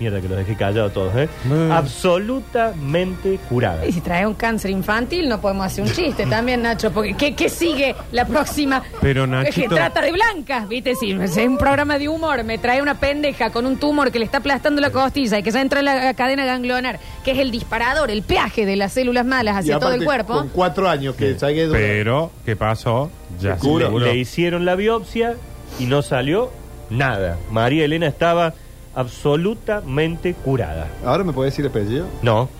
Speaker 3: mierda que los dejé callado a todos, ¿eh?
Speaker 4: Mm.
Speaker 3: absolutamente curada.
Speaker 6: Y si trae un cáncer infantil, no podemos hacer un chiste también, Nacho, porque ¿qué, qué sigue la próxima?
Speaker 4: Pero,
Speaker 6: Es que
Speaker 4: Nachito-
Speaker 6: trata de blancas, ¿viste? Si es un programa de humor, me trae una pendeja con un tumor que le está aplastando la costilla y que ya entra en la cadena ganglionar, que es el disparador, el peaje de las células malas
Speaker 2: Y
Speaker 6: hacia todo el
Speaker 2: aparte,
Speaker 6: cuerpo.
Speaker 2: Con cuatro años que saqué
Speaker 4: Pero, ¿qué pasó? Ya
Speaker 2: Te juro.
Speaker 4: se curó.
Speaker 3: Le hicieron la biopsia y no salió nada. María Elena estaba absolutamente curada.
Speaker 2: ¿Ahora me podés decir apellido?
Speaker 3: No.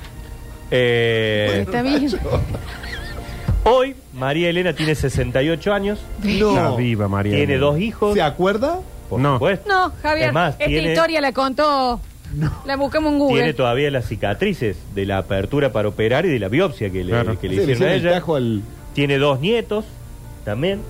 Speaker 3: Eh,
Speaker 1: Está bien.
Speaker 3: hoy María Elena tiene 68 años,
Speaker 4: Está viva, María. ah,
Speaker 3: tiene dos hijos. pues,
Speaker 2: ¿Se acuerda?
Speaker 3: Por
Speaker 4: No.
Speaker 3: supuesto.
Speaker 6: No, Javier,
Speaker 3: Es más,
Speaker 6: esta
Speaker 3: tiene-
Speaker 6: historia la contó. La buscamos en
Speaker 3: Tiene
Speaker 2: Pues,
Speaker 6: Google.
Speaker 3: todavía las cicatrices de la apertura para operar y de la biopsia que le,
Speaker 4: Claro.
Speaker 3: que le
Speaker 2: Sí, le
Speaker 3: hicieron a
Speaker 2: el
Speaker 3: ella.
Speaker 2: tajo al.
Speaker 3: Tiene dos nietos también.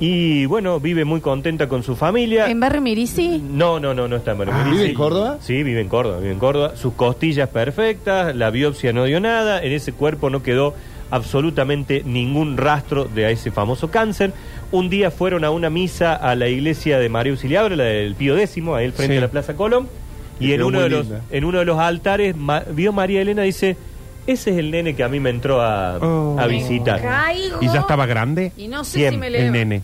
Speaker 3: Y bueno, vive muy contenta con su familia.
Speaker 1: En Barrio Mirisi.
Speaker 3: No, no, no, no está en Barrio
Speaker 2: Ah, ¿Vive
Speaker 3: Sí.
Speaker 2: en Córdoba?
Speaker 3: Sí, vive en Córdoba, vive en Córdoba. Sus costillas perfectas, la biopsia no dio nada, en ese cuerpo no quedó absolutamente ningún rastro de ese famoso cáncer. Un día fueron a una misa a la iglesia de María Auxiliadora, la del Pío X, ahí al frente
Speaker 4: Sí.
Speaker 3: de la Plaza Colón, y
Speaker 2: Que
Speaker 3: en
Speaker 2: quedó
Speaker 3: uno,
Speaker 2: muy
Speaker 3: de los,
Speaker 2: linda.
Speaker 3: en uno de los altares ma- vio María Elena dice, ese es el nene que a mí me entró a,
Speaker 4: Oh.
Speaker 3: a visitar.
Speaker 6: Caigo.
Speaker 4: ¿Y ya estaba grande?
Speaker 6: Y no sé
Speaker 3: Bien,
Speaker 6: si me
Speaker 4: El
Speaker 6: leo.
Speaker 4: nene.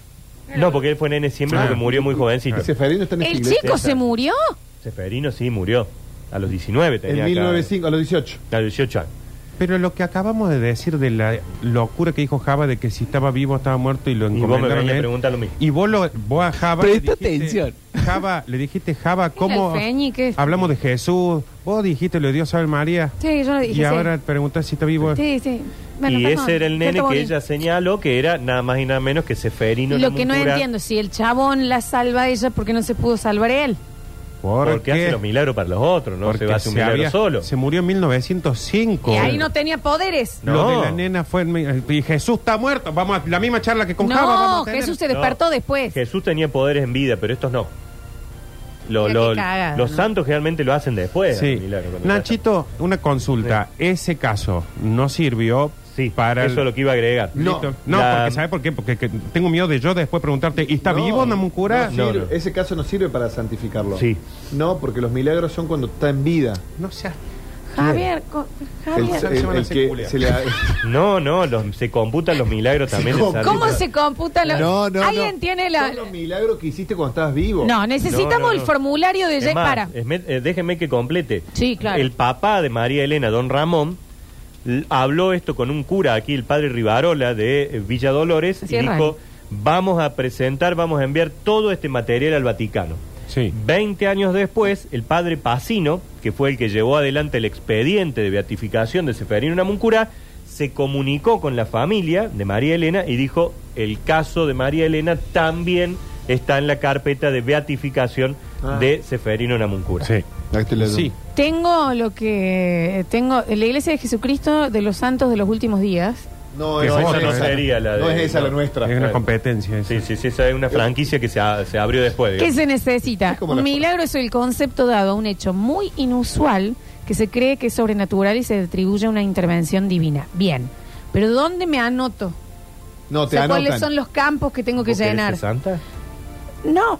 Speaker 3: No, porque él fue nene siempre
Speaker 4: Ah.
Speaker 3: porque murió muy jovencito.
Speaker 2: Y Seferino está en esta
Speaker 1: ¿El
Speaker 2: iglesia.
Speaker 1: chico se murió?
Speaker 3: Seferino sí murió. A los 19 tenía
Speaker 2: En
Speaker 3: acá.
Speaker 2: 1905, a los 18.
Speaker 3: A los 18 años.
Speaker 4: Pero lo que acabamos de decir de la locura que dijo Java de que si estaba vivo o estaba muerto y lo
Speaker 3: Y vos me
Speaker 4: encomendaron
Speaker 3: venís
Speaker 4: a
Speaker 3: a
Speaker 4: él.
Speaker 3: preguntar lo mismo.
Speaker 4: Y vos, lo, vos a Java.
Speaker 8: Presta
Speaker 4: le dijiste,
Speaker 8: atención.
Speaker 4: Java, le dijiste, Java, ¿cómo?
Speaker 6: el Feñique.
Speaker 4: Hablamos de Jesús. Vos dijiste lo de Dios Salve María.
Speaker 6: Sí, yo lo dije.
Speaker 4: Y
Speaker 6: sí.
Speaker 4: ahora preguntás si está vivo.
Speaker 6: Sí, sí. Bueno,
Speaker 3: y
Speaker 6: perdón,
Speaker 3: ese era el
Speaker 6: ya te
Speaker 3: nene que
Speaker 6: morí.
Speaker 3: ella señaló que era nada más y nada menos que Seferino.
Speaker 1: Lo que no
Speaker 3: Namuncurá,
Speaker 1: entiendo, si el chabón la salva a ella, ¿por qué no se pudo salvar él?
Speaker 4: ¿Por
Speaker 3: Porque hace
Speaker 4: qué?
Speaker 3: los milagros para los otros, no se va a hacer un milagro
Speaker 4: había-
Speaker 3: solo.
Speaker 4: Se murió en 1905.
Speaker 6: Y ahí no tenía poderes.
Speaker 3: No.
Speaker 4: Lo de la nena fue. en mi- Y Jesús está muerto. Vamos a la misma charla que con Java.
Speaker 6: No,
Speaker 4: vamos a tener.
Speaker 6: Jesús se despertó
Speaker 3: No.
Speaker 6: después.
Speaker 3: Jesús tenía poderes en vida, pero estos no. Lo-
Speaker 6: Mira
Speaker 3: lo-
Speaker 6: qué cagada,
Speaker 3: los
Speaker 6: ¿no?
Speaker 3: santos generalmente lo hacen después.
Speaker 4: Sí.
Speaker 3: el milagro, cuando
Speaker 4: Nachito, una consulta. Ese caso no sirvió
Speaker 3: ya- sí,
Speaker 4: para. el-
Speaker 3: eso es lo que iba a agregar.
Speaker 4: No,
Speaker 2: No.
Speaker 4: no
Speaker 3: La-
Speaker 4: porque ¿sabes por qué? Porque que- tengo miedo de yo después preguntarte, ¿y está vivo Namuncura?
Speaker 2: No, sirve.
Speaker 3: No, no.
Speaker 2: Ese caso no sirve para santificarlo.
Speaker 3: Sí.
Speaker 2: No, porque los milagros son cuando está en vida.
Speaker 4: No seas.
Speaker 1: Javier, co-
Speaker 2: El,
Speaker 1: Javier.
Speaker 2: el-
Speaker 4: Se van a
Speaker 2: el
Speaker 4: hacer
Speaker 2: que
Speaker 4: culiar.
Speaker 2: se le ha-
Speaker 3: No, no, los- se computan los milagros también. de
Speaker 2: computa.
Speaker 3: santos.
Speaker 6: ¿Cómo se computa? la-
Speaker 2: No, no,
Speaker 6: ¿Alguien
Speaker 2: no.
Speaker 6: tiene la...?
Speaker 2: Son los milagros que hiciste cuando estabas vivo.
Speaker 1: No, necesitamos
Speaker 3: No, no,
Speaker 1: el
Speaker 3: no.
Speaker 1: formulario de
Speaker 3: Es
Speaker 1: Ye-
Speaker 3: más,
Speaker 1: Para.
Speaker 3: es me- eh, déjenme que complete.
Speaker 1: Sí, claro.
Speaker 3: El papá de María Elena, don Ramón, l- habló esto con un cura aquí, el padre Rivarola de eh, Villa Dolores,
Speaker 1: Así
Speaker 3: y
Speaker 1: es
Speaker 3: dijo,
Speaker 1: raro.
Speaker 3: vamos a presentar, vamos a enviar todo este material al Vaticano.
Speaker 4: Sí.
Speaker 3: 20 años después, el padre Pacino, que fue el que llevó adelante el expediente de beatificación de Seferino Namuncurá, se comunicó con la familia de María Elena y dijo, el caso de María Elena también está en la carpeta de beatificación
Speaker 2: Ah.
Speaker 3: de Seferino Namuncura.
Speaker 4: Sí.
Speaker 2: Ahí te lo-
Speaker 4: Sí.
Speaker 1: Tengo lo que. Tengo. La iglesia de Jesucristo de los Santos de los últimos días.
Speaker 2: No,
Speaker 4: Que
Speaker 2: no,
Speaker 4: esa
Speaker 2: es
Speaker 4: no
Speaker 2: esa.
Speaker 3: sería la de-
Speaker 2: No es esa la
Speaker 3: no.
Speaker 2: nuestra.
Speaker 4: Es una competencia. esa.
Speaker 3: Sí, sí, sí, esa es una franquicia que se, a- se abrió después.
Speaker 1: ¿Qué
Speaker 3: digamos.
Speaker 1: se necesita?
Speaker 2: Es como la
Speaker 1: Un milagro es el concepto dado a un hecho muy inusual que se cree que es sobrenatural y se atribuye a una intervención divina. Bien. Pero ¿dónde me anoto?
Speaker 2: No,
Speaker 1: O
Speaker 2: te
Speaker 1: sea, ¿Cuáles
Speaker 2: anotan.
Speaker 1: son los campos que tengo que
Speaker 3: ¿Vos querés
Speaker 1: llenar?
Speaker 3: ser santa?
Speaker 1: No,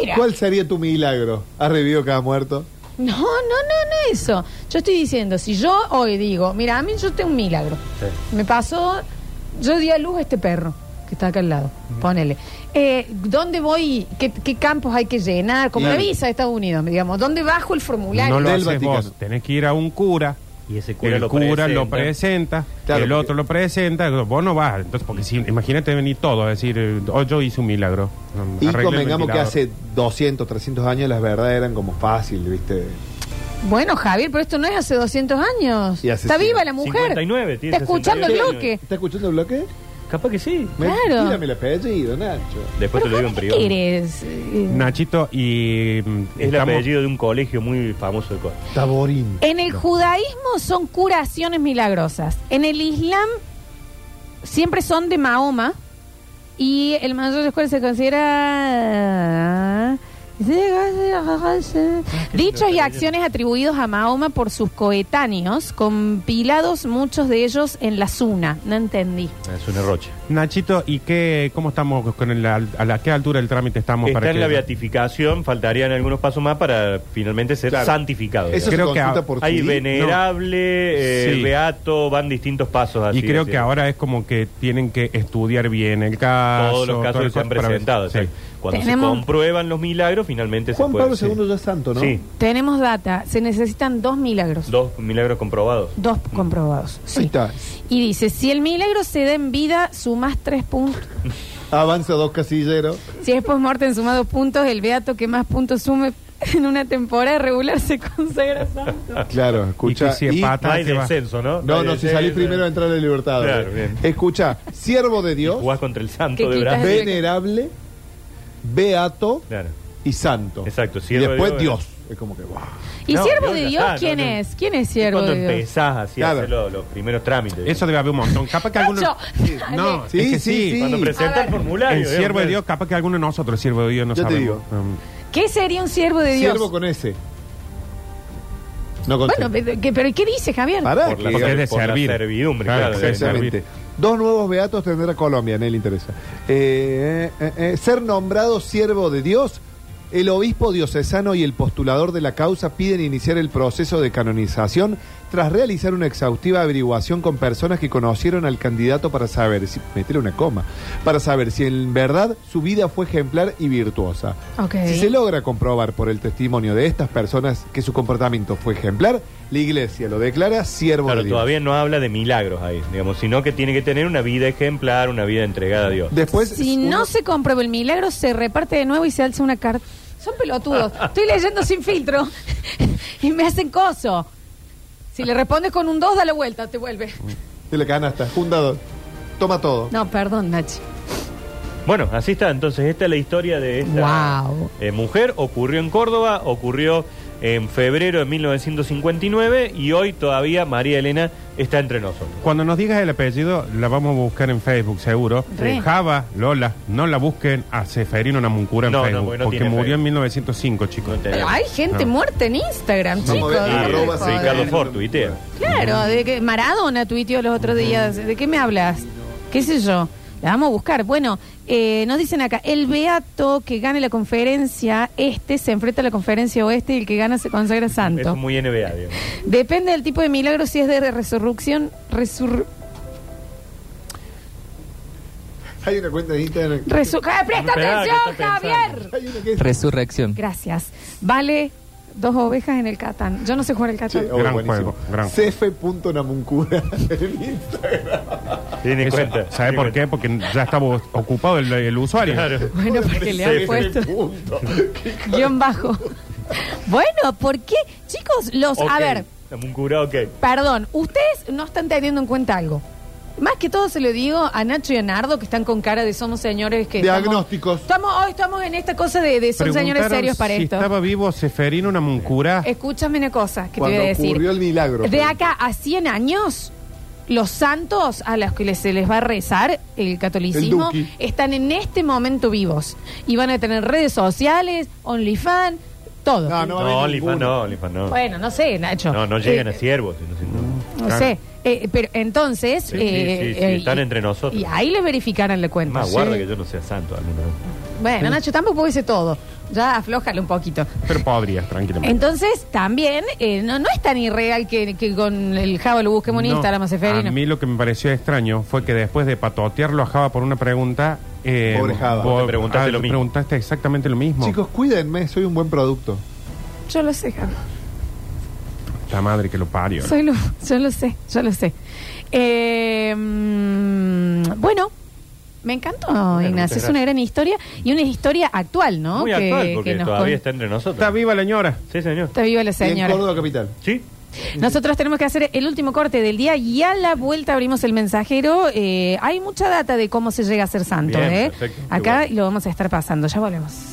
Speaker 1: mira.
Speaker 2: ¿Cuál sería tu milagro? ¿Has revivido cada muerto?
Speaker 1: No, no, no, no eso. Yo estoy diciendo, si yo hoy digo, mira, a mí yo tengo un milagro.
Speaker 3: Sí.
Speaker 1: Me pasó, yo di a luz a este perro que está acá al lado. Ponele. Eh, ¿Dónde voy? ¿Qué, qué campos hay que llenar? Como la
Speaker 2: Claro.
Speaker 1: visa de Estados Unidos, digamos. ¿Dónde bajo el formulario?
Speaker 4: No lo
Speaker 2: Del
Speaker 4: haces
Speaker 2: Vaticano.
Speaker 4: vos. Tenés que ir a un cura.
Speaker 3: Y ese cura
Speaker 4: El
Speaker 3: lo
Speaker 4: cura lo
Speaker 3: presenta.
Speaker 4: presenta,
Speaker 2: Claro,
Speaker 4: el
Speaker 2: porque-
Speaker 4: otro lo presenta, vos no vas. Entonces, porque si, imagínate venir todo, es decir, eh, oh, yo hice un milagro. Mm,
Speaker 2: Y
Speaker 4: arreglame el
Speaker 2: convengamos que
Speaker 4: milagro.
Speaker 2: hace 200, 300 años las verdades eran como fácil, ¿viste?
Speaker 1: Bueno, Javier, pero esto no es hace 200 años.
Speaker 2: Y hace
Speaker 1: Está
Speaker 2: cien-
Speaker 1: viva la mujer.
Speaker 3: 59, tiene
Speaker 1: Está escuchando el
Speaker 3: 68 años.
Speaker 1: bloque.
Speaker 2: ¿Estás escuchando el bloque?
Speaker 3: Capaz que sí.
Speaker 1: Claro.
Speaker 2: Tírame el apellido, Nacho.
Speaker 3: Después te lo digo en
Speaker 1: ¿Qué
Speaker 3: privado.
Speaker 1: quieres? Eh,
Speaker 4: Nachito y. mm,
Speaker 3: Es el
Speaker 4: estamos-
Speaker 3: apellido de un colegio muy famoso de Córdoba.
Speaker 2: Taborín.
Speaker 1: En el judaísmo son curaciones milagrosas. En el islam siempre son de Mahoma. Y el mayor de escuela se
Speaker 3: Ah,
Speaker 1: considera. Dichos y acciones atribuidos a Mahoma por sus coetáneos, compilados muchos de ellos en la Suna. No entendí.
Speaker 3: Es una rocha.
Speaker 4: Nachito, ¿y qué, cómo estamos? Con el, al- ¿A la qué altura del trámite estamos
Speaker 3: Está
Speaker 4: para
Speaker 3: en
Speaker 4: que-
Speaker 3: la beatificación, faltarían algunos pasos más para finalmente ser
Speaker 2: Claro.
Speaker 3: santificado.
Speaker 2: Eso
Speaker 3: digamos.
Speaker 4: Creo
Speaker 2: se
Speaker 4: que
Speaker 2: consulta
Speaker 4: a-
Speaker 2: por
Speaker 3: Hay
Speaker 2: CD.
Speaker 3: venerable, eh,
Speaker 4: Sí.
Speaker 3: beato, van distintos pasos así.
Speaker 4: Y creo
Speaker 3: así.
Speaker 4: que ahora es como que tienen que estudiar bien el caso.
Speaker 3: Todos los casos
Speaker 4: todo
Speaker 3: que
Speaker 4: el
Speaker 3: se han
Speaker 4: caso para ver-
Speaker 3: presentado.
Speaker 4: Sí.
Speaker 3: o sea, Cuando
Speaker 1: Tenemos-
Speaker 3: se comprueban los milagros, finalmente
Speaker 2: Juan
Speaker 3: se puede.
Speaker 2: Pablo
Speaker 3: sí.
Speaker 2: II ya es santo, ¿no?
Speaker 3: Sí,
Speaker 1: Tenemos data. Se necesitan dos milagros.
Speaker 3: dos milagros comprobados.
Speaker 4: Ah,
Speaker 1: Dos comprobados. Sí.
Speaker 2: Ahí está.
Speaker 1: Y dice: si el milagro se da en vida, sumás tres puntos.
Speaker 2: Avanza dos casilleros.
Speaker 1: Si es post-mortem suma dos puntos, el beato que más puntos sume en una temporada regular se consagra santo.
Speaker 2: Claro, escucha.
Speaker 4: Y que si empata-
Speaker 3: No hay
Speaker 4: que va.
Speaker 3: descenso, ¿no?
Speaker 2: No, no,
Speaker 3: hay
Speaker 2: si salís
Speaker 3: descenso.
Speaker 2: primero a entrar al libertador.
Speaker 3: Claro, bien.
Speaker 2: Escucha, siervo de Dios,
Speaker 3: Jugás contra el
Speaker 1: Que
Speaker 3: santo de
Speaker 1: quitas
Speaker 3: Brasil.
Speaker 1: el-
Speaker 2: venerable, beato
Speaker 3: Claro.
Speaker 2: y santo.
Speaker 3: Exacto,
Speaker 2: Y
Speaker 3: siervo de
Speaker 2: después
Speaker 3: Dios.
Speaker 2: Dios. Es como que, guau.
Speaker 1: ¿Y
Speaker 3: No,
Speaker 1: siervo
Speaker 3: Dios
Speaker 1: de
Speaker 3: ya
Speaker 1: Dios
Speaker 3: está,
Speaker 1: quién
Speaker 3: Ah, no, no.
Speaker 1: es? ¿Quién es siervo
Speaker 3: Cuando
Speaker 1: de Dios?
Speaker 3: empezás así a
Speaker 2: Claro.
Speaker 3: hacer los, los primeros trámites.
Speaker 4: Eso debe haber un montón. Capaz que algunos.
Speaker 1: Nacho,
Speaker 4: No,
Speaker 2: Sí,
Speaker 4: es que
Speaker 2: sí, sí.
Speaker 3: Cuando
Speaker 1: A
Speaker 3: presenta
Speaker 1: ver.
Speaker 3: el formulario. ¿eh?
Speaker 4: El
Speaker 3: digamos,
Speaker 4: siervo de
Speaker 3: claro.
Speaker 4: Dios, capaz que alguno de nosotros, siervo de Dios, no
Speaker 2: Yo te
Speaker 4: sabemos.
Speaker 2: digo.
Speaker 4: Um,
Speaker 1: ¿Qué sería un siervo de Dios?
Speaker 2: Siervo con ese. No con
Speaker 1: Bueno,
Speaker 2: C.
Speaker 1: pero ¿qué, pero ¿qué dice Javier?
Speaker 2: Pará,
Speaker 3: Por la,
Speaker 2: que-
Speaker 4: Porque es de
Speaker 3: por la
Speaker 4: servir.
Speaker 3: servidumbre,
Speaker 4: Claro,
Speaker 3: claro. de-
Speaker 2: Exactamente. Dos nuevos beatos tendrá Colombia, a él le interesa. Eh, eh, eh, ser nombrado siervo de Dios, el obispo diocesano y el postulador de la causa piden iniciar el proceso de canonización tras realizar una exhaustiva averiguación con personas que conocieron al candidato para saber si meter una coma, para saber si en verdad su vida fue ejemplar y virtuosa.
Speaker 1: Ok.
Speaker 2: Si se logra comprobar por el testimonio de estas personas que su comportamiento fue ejemplar, la Iglesia lo declara siervo
Speaker 3: Claro,
Speaker 2: de Dios.
Speaker 3: todavía no habla de milagros ahí, digamos, sino que tiene que tener una vida ejemplar, una vida entregada a Dios.
Speaker 2: Después,
Speaker 1: Si
Speaker 2: uno-
Speaker 1: no se comprueba el milagro, se reparte de nuevo y se alza una carta. Son pelotudos. Estoy leyendo sin filtro y me hacen coso. Si le respondes con un 2, da la vuelta, te vuelve.
Speaker 2: De la canasta, fundador. Toma todo.
Speaker 1: No, perdón, Nachi.
Speaker 3: Bueno, así está. Entonces, esta es la historia de esta
Speaker 1: Guau.
Speaker 3: eh, mujer. Ocurrió en Córdoba, ocurrió en febrero de 1959 y hoy todavía María Elena está entre nosotros.
Speaker 4: Cuando nos digas el apellido, la vamos a buscar en Facebook, seguro.
Speaker 1: Re.
Speaker 4: Java, Lola, no la busquen a Seferino Namuncura en
Speaker 3: No, no,
Speaker 4: Facebook.
Speaker 3: porque no
Speaker 4: porque
Speaker 3: tiene
Speaker 4: murió
Speaker 3: Facebook.
Speaker 4: en 1905, chicos.
Speaker 3: No
Speaker 1: Pero hay gente
Speaker 4: No.
Speaker 1: muerta en Instagram, chicos.
Speaker 2: Eh, a ver,
Speaker 1: dejen de
Speaker 2: arroba
Speaker 3: Y, eh,
Speaker 1: joder.
Speaker 3: Ricardo Ford tuitea.
Speaker 1: Claro, de que Maradona tuiteó los otros días. ¿De qué me hablas? ¿Qué sé yo? La vamos a buscar. Bueno, eh, nos dicen acá, el beato que gane la conferencia este se enfrenta a la conferencia oeste y el que gana se consagra
Speaker 3: Eso
Speaker 1: santo.
Speaker 3: es muy NBA, digamos.
Speaker 1: Depende del tipo de milagro, si es de resurrección, resur...
Speaker 2: Hay una cuenta de Instagram.
Speaker 1: resu- ¡Ah, ¡Presta
Speaker 3: Esperá, que
Speaker 1: atención,
Speaker 3: está pensando.
Speaker 1: Javier!
Speaker 2: Hay una que es-
Speaker 8: Resurrección.
Speaker 1: Gracias. Vale dos ovejas en el Catán. Yo no sé jugar el Catán.
Speaker 2: Che, oh,
Speaker 4: Gran
Speaker 2: buenísimo.
Speaker 4: juego, gran juego.
Speaker 2: Cefe.namuncura en Instagram.
Speaker 3: Tiene
Speaker 4: Eso-
Speaker 3: cuenta.
Speaker 4: ¿Sabe
Speaker 3: tiene
Speaker 4: por
Speaker 3: cuenta.
Speaker 4: qué? Porque ya estaba ocupado el, el usuario.
Speaker 3: Claro.
Speaker 1: Bueno, porque le han
Speaker 3: Cefe.
Speaker 1: puesto...
Speaker 2: Punto.
Speaker 1: Guión bajo. Bueno, ¿por qué? Chicos, los.
Speaker 3: Ok.
Speaker 1: A ver,
Speaker 3: Dame un curado, ok.
Speaker 1: Perdón, ustedes no están teniendo en cuenta algo. Más que todo se lo digo a Nacho y a Nardo, que están con cara de somos señores que... estamos-
Speaker 2: Diagnósticos.
Speaker 1: Estamos, hoy estamos en esta cosa de, de son señores
Speaker 4: Preguntaron
Speaker 1: serios para
Speaker 4: si
Speaker 1: esto.
Speaker 4: estaba vivo Seferino una muncura.
Speaker 1: Escúchame una cosa que
Speaker 2: Cuando
Speaker 1: te voy a decir.
Speaker 2: ocurrió el milagro.
Speaker 1: De acá a 100 años, los santos a los que les- se les va a rezar el catolicismo
Speaker 2: El Duki.
Speaker 1: están en este momento vivos. Y van a tener redes sociales, OnlyFans, todo.
Speaker 2: No, no va a haber
Speaker 3: No, Olifan
Speaker 2: ninguno.
Speaker 3: no, Olifan no.
Speaker 1: Bueno, no sé, Nacho.
Speaker 3: No, no llegan
Speaker 1: Eh,
Speaker 3: a siervos. sino- sino-
Speaker 1: No sé. Eh, pero entonces.
Speaker 3: Sí, sí,
Speaker 1: eh,
Speaker 3: sí, sí,
Speaker 1: eh,
Speaker 3: están
Speaker 1: y-
Speaker 3: entre nosotros.
Speaker 1: Y ahí les verificaron la cuenta.
Speaker 3: Más
Speaker 1: Sí.
Speaker 3: guarda que yo no sea santo alguna vez.
Speaker 1: Bueno, Nacho, tampoco hice todo. Ya aflójale un poquito.
Speaker 4: Pero podrías, tranquilamente.
Speaker 1: Entonces, también, eh, no, no es tan irreal que, que con el Java lo busquemos en
Speaker 4: No,
Speaker 1: Instagram a Seferino.
Speaker 4: A mí lo que me pareció extraño fue que después de patotearlo a Java por una pregunta. eh,
Speaker 2: Pobre Java.
Speaker 4: vos-
Speaker 3: Te preguntaste
Speaker 4: ah,
Speaker 3: lo
Speaker 4: te
Speaker 3: mismo.
Speaker 4: preguntaste exactamente lo mismo.
Speaker 2: Chicos, cuídenme, soy un buen producto.
Speaker 1: Yo lo sé, Java.
Speaker 4: La madre que lo parió.
Speaker 1: Soy lo, yo lo sé, yo lo sé. Eh, mm, bueno, me encantó, Ignacio. Es
Speaker 3: muchas
Speaker 1: una
Speaker 3: gracias.
Speaker 1: gran historia y una historia actual, ¿no?
Speaker 3: Muy
Speaker 1: Que-
Speaker 3: actual, porque
Speaker 1: que nos
Speaker 3: todavía
Speaker 1: con-
Speaker 3: está entre nosotros.
Speaker 4: Está viva la señora.
Speaker 3: Sí, señor.
Speaker 1: Está viva la
Speaker 2: Y en
Speaker 1: señora.
Speaker 2: Córdoba Capital.
Speaker 3: Sí.
Speaker 1: Nosotros tenemos que hacer el último corte del día y a la vuelta abrimos el mensajero. Eh, hay mucha data de cómo se llega a ser santo.
Speaker 3: Bien,
Speaker 1: ¿eh?
Speaker 3: perfecto. Qué
Speaker 1: Acá
Speaker 3: bueno.
Speaker 1: lo vamos a estar pasando. Ya volvemos.